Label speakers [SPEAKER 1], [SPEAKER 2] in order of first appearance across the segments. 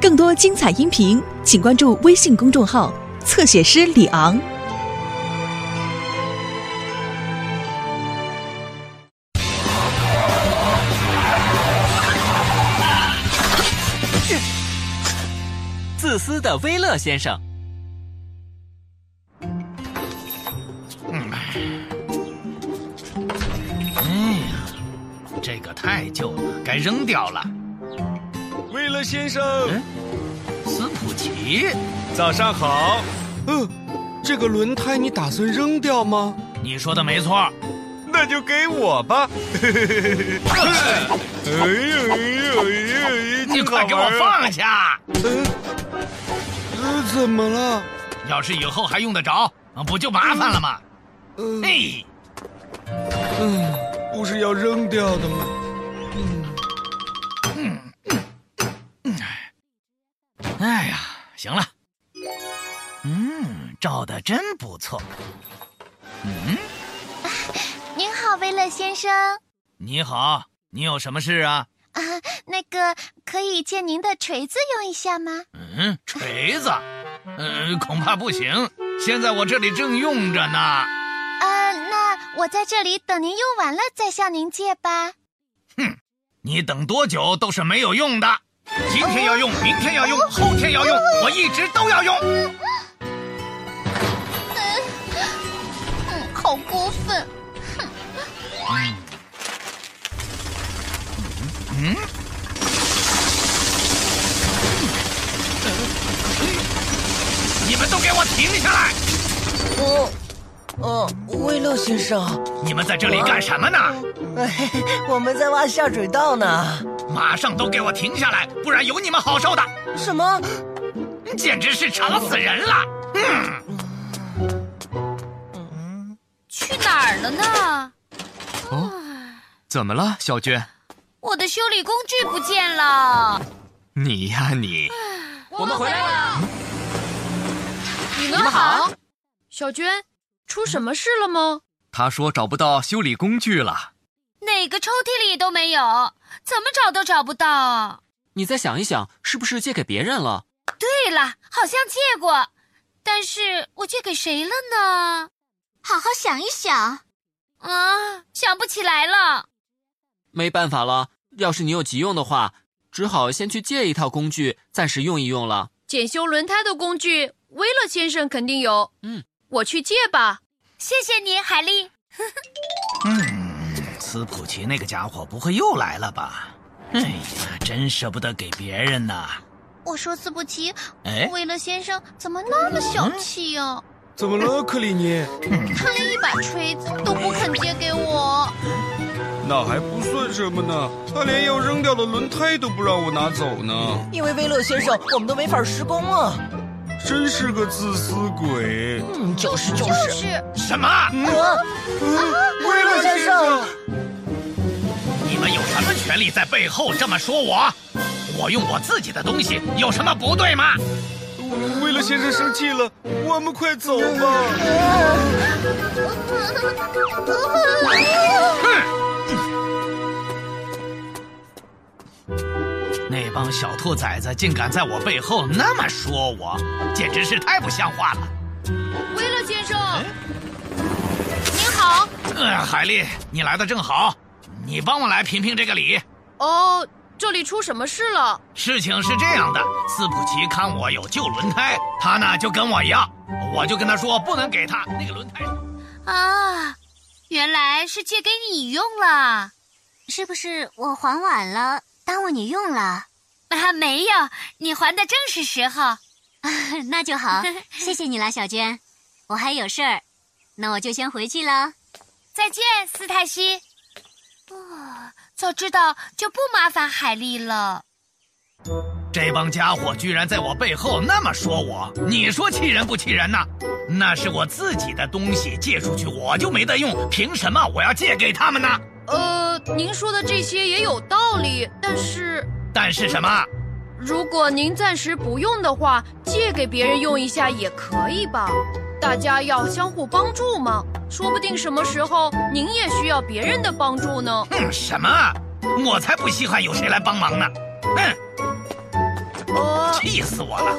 [SPEAKER 1] 更多精彩音频，请关注微信公众号“侧写师李昂”。
[SPEAKER 2] 自私的威勒先生，
[SPEAKER 3] 嗯哎呀，这个太旧了，该扔掉了。
[SPEAKER 4] 威勒先生，
[SPEAKER 3] 斯普奇，
[SPEAKER 4] 早上好。嗯，这个轮胎你打算扔掉吗？
[SPEAKER 3] 你说的没错，
[SPEAKER 4] 那就给我吧。 哎呦哎呦哎呦！
[SPEAKER 3] 你快给我放下！
[SPEAKER 4] 嗯，呃，怎么了？
[SPEAKER 3] 要是以后还用得着，啊不就麻烦了吗？
[SPEAKER 4] 嗯、
[SPEAKER 3] 嘿，
[SPEAKER 4] 嗯，不是要扔掉的吗？嗯
[SPEAKER 3] 哎呀，行了，嗯，照的真不错。
[SPEAKER 5] 您好，威勒先生。啊，
[SPEAKER 3] 你好，你有什么事啊？
[SPEAKER 5] 那个可以借您的锤子用一下吗？
[SPEAKER 3] 嗯，锤子，嗯，恐怕不行，现在我这里正用着呢。
[SPEAKER 5] 呃，那我在这里等您用完了再向您借吧。
[SPEAKER 3] 你等多久都是没有用的。今天要用，明天要用，后天要用，我一直都要用。
[SPEAKER 5] 嗯，好过分。
[SPEAKER 3] 你们都给我停下来！
[SPEAKER 6] 哦，哦，威勒先生，
[SPEAKER 3] 你们在这里干什么呢？
[SPEAKER 6] 哎，我们在挖下水道呢。
[SPEAKER 3] 马上都给我停下来，不然有你们好受的！
[SPEAKER 6] 什么？
[SPEAKER 3] 简直是吵死人了！
[SPEAKER 7] 去哪儿了呢？
[SPEAKER 8] 怎么了，小娟？
[SPEAKER 7] 我的修理工具不见了。
[SPEAKER 8] 你呀你，
[SPEAKER 7] 我们回来了。你们好，小娟，出什么事了吗？
[SPEAKER 8] 他说找不到修理工具了。
[SPEAKER 7] 哪个抽屉里都没有，怎么找都找不到啊！
[SPEAKER 2] 你再想一想，是不是借给别人了？
[SPEAKER 7] 对了，好像借过，但是我借给谁了呢？
[SPEAKER 5] 好好想一想。
[SPEAKER 7] 啊，想不起来了。
[SPEAKER 2] 没办法了，要是你有急用的话，只好先去借一套工具，暂时用一用了。
[SPEAKER 7] 检修轮胎的工具，威勒先生肯定有。
[SPEAKER 2] 嗯，
[SPEAKER 7] 我去借吧。谢谢你，海丽。
[SPEAKER 3] 嗯斯普奇那个家伙不会又来了吧？哎
[SPEAKER 8] 嗯
[SPEAKER 3] 呀，真舍不得给别人呐！
[SPEAKER 5] 我说斯布奇，
[SPEAKER 3] 哎，
[SPEAKER 5] 威勒先生怎么那么小气呀、
[SPEAKER 4] 怎么了，克里尼？
[SPEAKER 5] 他连一把锤子都不肯借给我。
[SPEAKER 4] 那还不算什么呢，他连要扔掉的轮胎都不让我拿走呢，
[SPEAKER 6] 因为威勒先生，我们都没法施工了。
[SPEAKER 4] 真是个自私鬼。
[SPEAKER 6] 嗯，就是就。
[SPEAKER 5] 就是是，
[SPEAKER 3] 什么？
[SPEAKER 6] 啊，
[SPEAKER 4] 嗯威勒
[SPEAKER 6] 先生，
[SPEAKER 3] 你们有什么权利在背后这么说我？我用我自己的东西有什么不对吗？
[SPEAKER 4] 威勒先生生气了，我们快走吧。
[SPEAKER 3] 那帮小兔崽子竟敢在我背后那么说我，简直是太不像话了！
[SPEAKER 7] 威勒先生，您好。
[SPEAKER 3] 呃，海丽，你来的正好，你帮我来评评这个理。
[SPEAKER 7] 哦，这里出什么事了？
[SPEAKER 3] 事情是这样的，斯普奇看我有旧轮胎，他呢就跟我要，我就跟他说不能给他那个轮胎。
[SPEAKER 7] 啊，原来是借给你用了。
[SPEAKER 5] 是不是我还晚了，耽误你用了？
[SPEAKER 7] 啊，没有，你还的正是时候。
[SPEAKER 5] 那就 好，谢谢你啦，小娟。我还有事儿，那我就先回去了。
[SPEAKER 7] 再见，斯泰西。啊，早知道就不麻烦海丽了。
[SPEAKER 3] 这帮家伙居然在我背后那么说我，你说气人不气人呐？那是我自己的东西，借出去我就没得用，凭什么我要借给他们呢？
[SPEAKER 7] 呃，您说的这些也有道理，但是
[SPEAKER 3] 但是什么？
[SPEAKER 7] 如果您暂时不用的话，借给别人用一下也可以吧？大家要相互帮助嘛，说不定什么时候您也需要别人的帮助呢。
[SPEAKER 3] 哼，什么？我才不稀罕有谁来帮忙呢！哼，
[SPEAKER 7] 呃
[SPEAKER 3] 气死我了！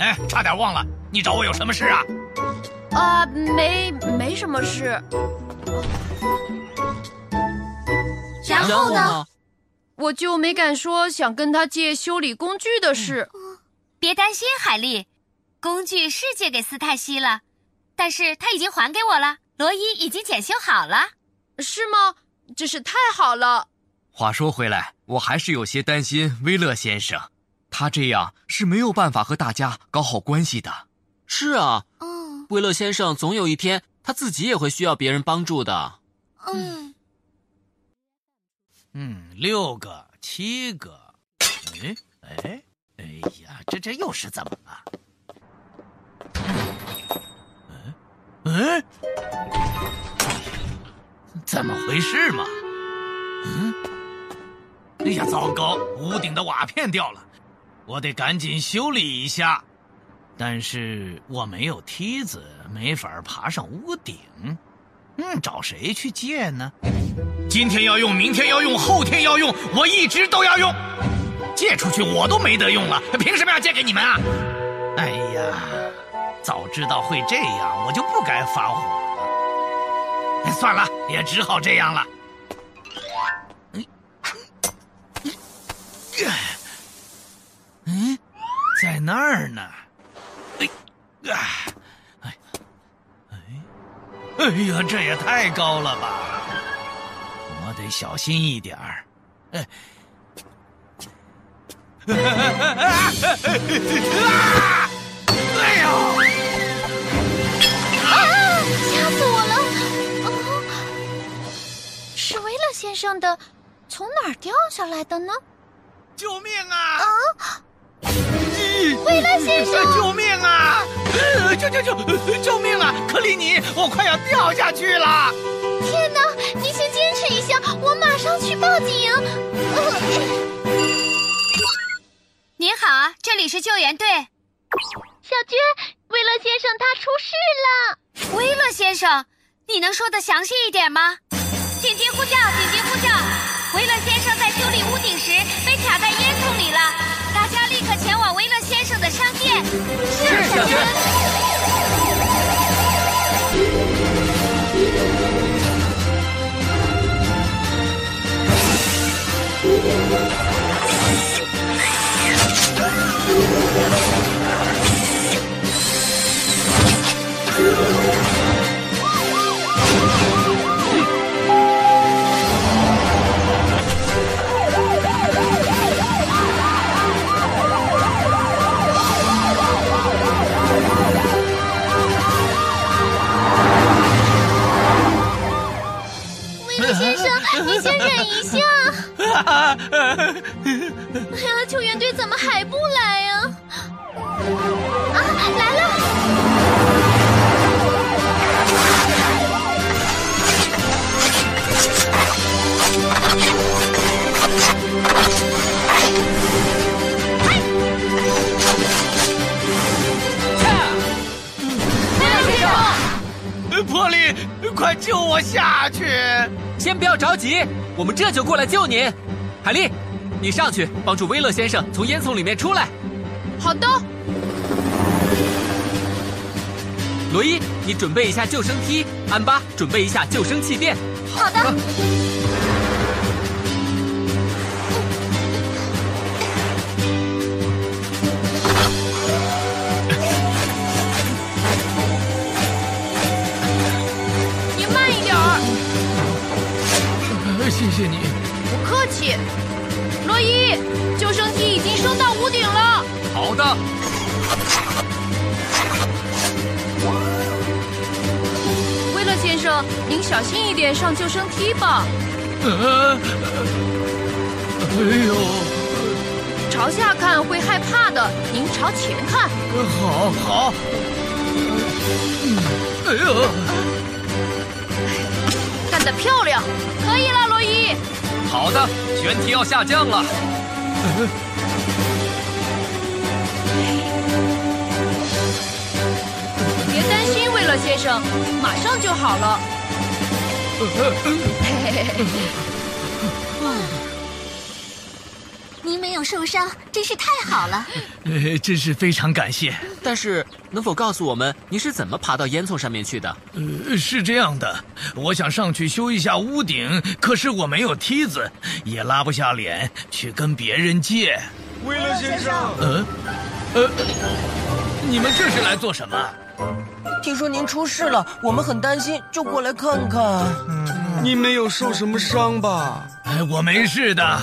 [SPEAKER 3] 哎，差点忘了，你找我有什么事啊？
[SPEAKER 7] 啊，没没什么事。
[SPEAKER 5] 然
[SPEAKER 2] 然
[SPEAKER 5] 后
[SPEAKER 2] 后
[SPEAKER 5] 呢？
[SPEAKER 2] 呢？
[SPEAKER 7] 我就没敢说想跟他借修理工具的事。
[SPEAKER 5] 别担心，海莉，工具是借给斯泰西了，但是他已经还给我了，罗伊已经检修好了。
[SPEAKER 7] 是吗？真是太好了！
[SPEAKER 8] 话说回来，我还是有些担心威勒先生，他这样是没有办法和大家搞好关系的。
[SPEAKER 2] 是啊，
[SPEAKER 5] 哦，
[SPEAKER 2] 威勒先生总有一天他自己也会需要别人帮助的。
[SPEAKER 5] 嗯，
[SPEAKER 3] 嗯，六个，七个，哎哎哎呀，这这又是怎么了？嗯，哎，怎么回事嘛？嗯，哎呀，糟糕，屋顶的瓦片掉了，我得赶紧修理一下。但是我没有梯子，没法爬上屋顶。嗯，找谁去借呢？今天要用，明天要用，后天要用，我一直都要用。借出去我都没得用了，凭什么要借给你们啊？哎呀，早知道会这样，我就不该发火了。哎算了，也只好这样了。哎嗯，在那儿呢。哎，啊，哎，哎，哎呀，这也太高了吧！我得小心一点儿。哎呦！
[SPEAKER 7] 吓死我了！哦是维勒先生的，从哪儿掉下来的呢？
[SPEAKER 3] 救命啊！威勒先生，救命啊！呃救救救！救命啊！克里尼，我快要掉下去了！
[SPEAKER 7] 天哪！您先坚持一下，我马上去报警。
[SPEAKER 5] 您好啊，这里是救援队。
[SPEAKER 7] 小娟，维勒先生他出事了。
[SPEAKER 5] 威勒先生，你能说的详细一点吗？紧急呼叫！紧急呼叫！维勒先生在修理屋顶时被卡在烟囱里了，大家立刻前往维勒先生的商店。是小娟。
[SPEAKER 7] 维勒先生，您先忍一下。哎呀，救援队怎么还不来呀、啊？来了！
[SPEAKER 3] 呃波利，快救我下去！
[SPEAKER 2] 先不要着急，我们这就过来救您。海莉，你上去帮助威勒先生从烟囱里面出来。
[SPEAKER 7] 好的，
[SPEAKER 2] 罗伊，你准备一下救生梯；安巴，准备一下救生气垫。
[SPEAKER 7] 好的。您慢一点儿，
[SPEAKER 3] 哎谢谢你。
[SPEAKER 7] 不客气。罗伊，救生梯已经升到屋顶了。
[SPEAKER 8] 好的，
[SPEAKER 7] 威勒先生，您小心一点上救生梯吧，
[SPEAKER 3] 呃，哎呦，
[SPEAKER 7] 朝下看会害怕的，您朝前看。
[SPEAKER 3] 好好。哎
[SPEAKER 2] 呃
[SPEAKER 3] 呦，
[SPEAKER 7] 干得漂亮，可以了，罗伊。
[SPEAKER 8] 好的，悬梯要下降了。
[SPEAKER 7] 别担心，威勒先生，马上就好了。嘿嘿嘿
[SPEAKER 5] 您没有受伤，真是太好了。
[SPEAKER 3] 呃，真是非常感谢。
[SPEAKER 2] 但是，能否告诉我们你是怎么爬到烟囱上面去的？
[SPEAKER 3] 呃，是这样的，我想上去修一下屋顶，可是我没有梯子，也拉不下脸去跟别人借。
[SPEAKER 4] 威勒先生，
[SPEAKER 3] 嗯，呃，你们这是来做什么？
[SPEAKER 6] 听说您出事了，我们很担心，就过来看看。
[SPEAKER 4] 你没有受什么伤吧？
[SPEAKER 3] 哎，我没事的。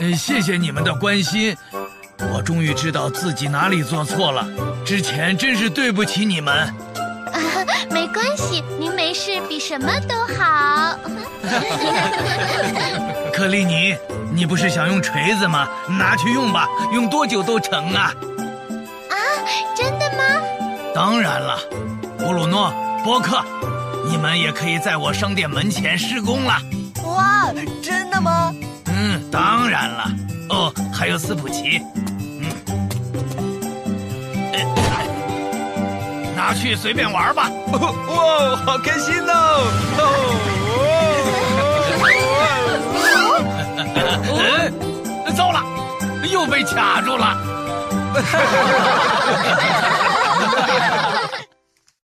[SPEAKER 3] 呃，谢谢你们的关心，我终于知道自己哪里做错了，之前真是对不起你们。
[SPEAKER 5] 没关系，您没事比什么都好。
[SPEAKER 3] 克利尼，你不是想用锤子吗？拿去用吧，用多久都成啊。
[SPEAKER 5] 真的吗？
[SPEAKER 3] 当然了，布鲁诺、波克，你们也可以在我商店门前施工了。
[SPEAKER 6] 哇，真的吗？
[SPEAKER 3] 嗯，当然了。哦，还有斯普奇，嗯，呃哎拿去随便玩吧。
[SPEAKER 4] 哇，好开心哦！哦，
[SPEAKER 3] 哎，糟了，又被卡住了。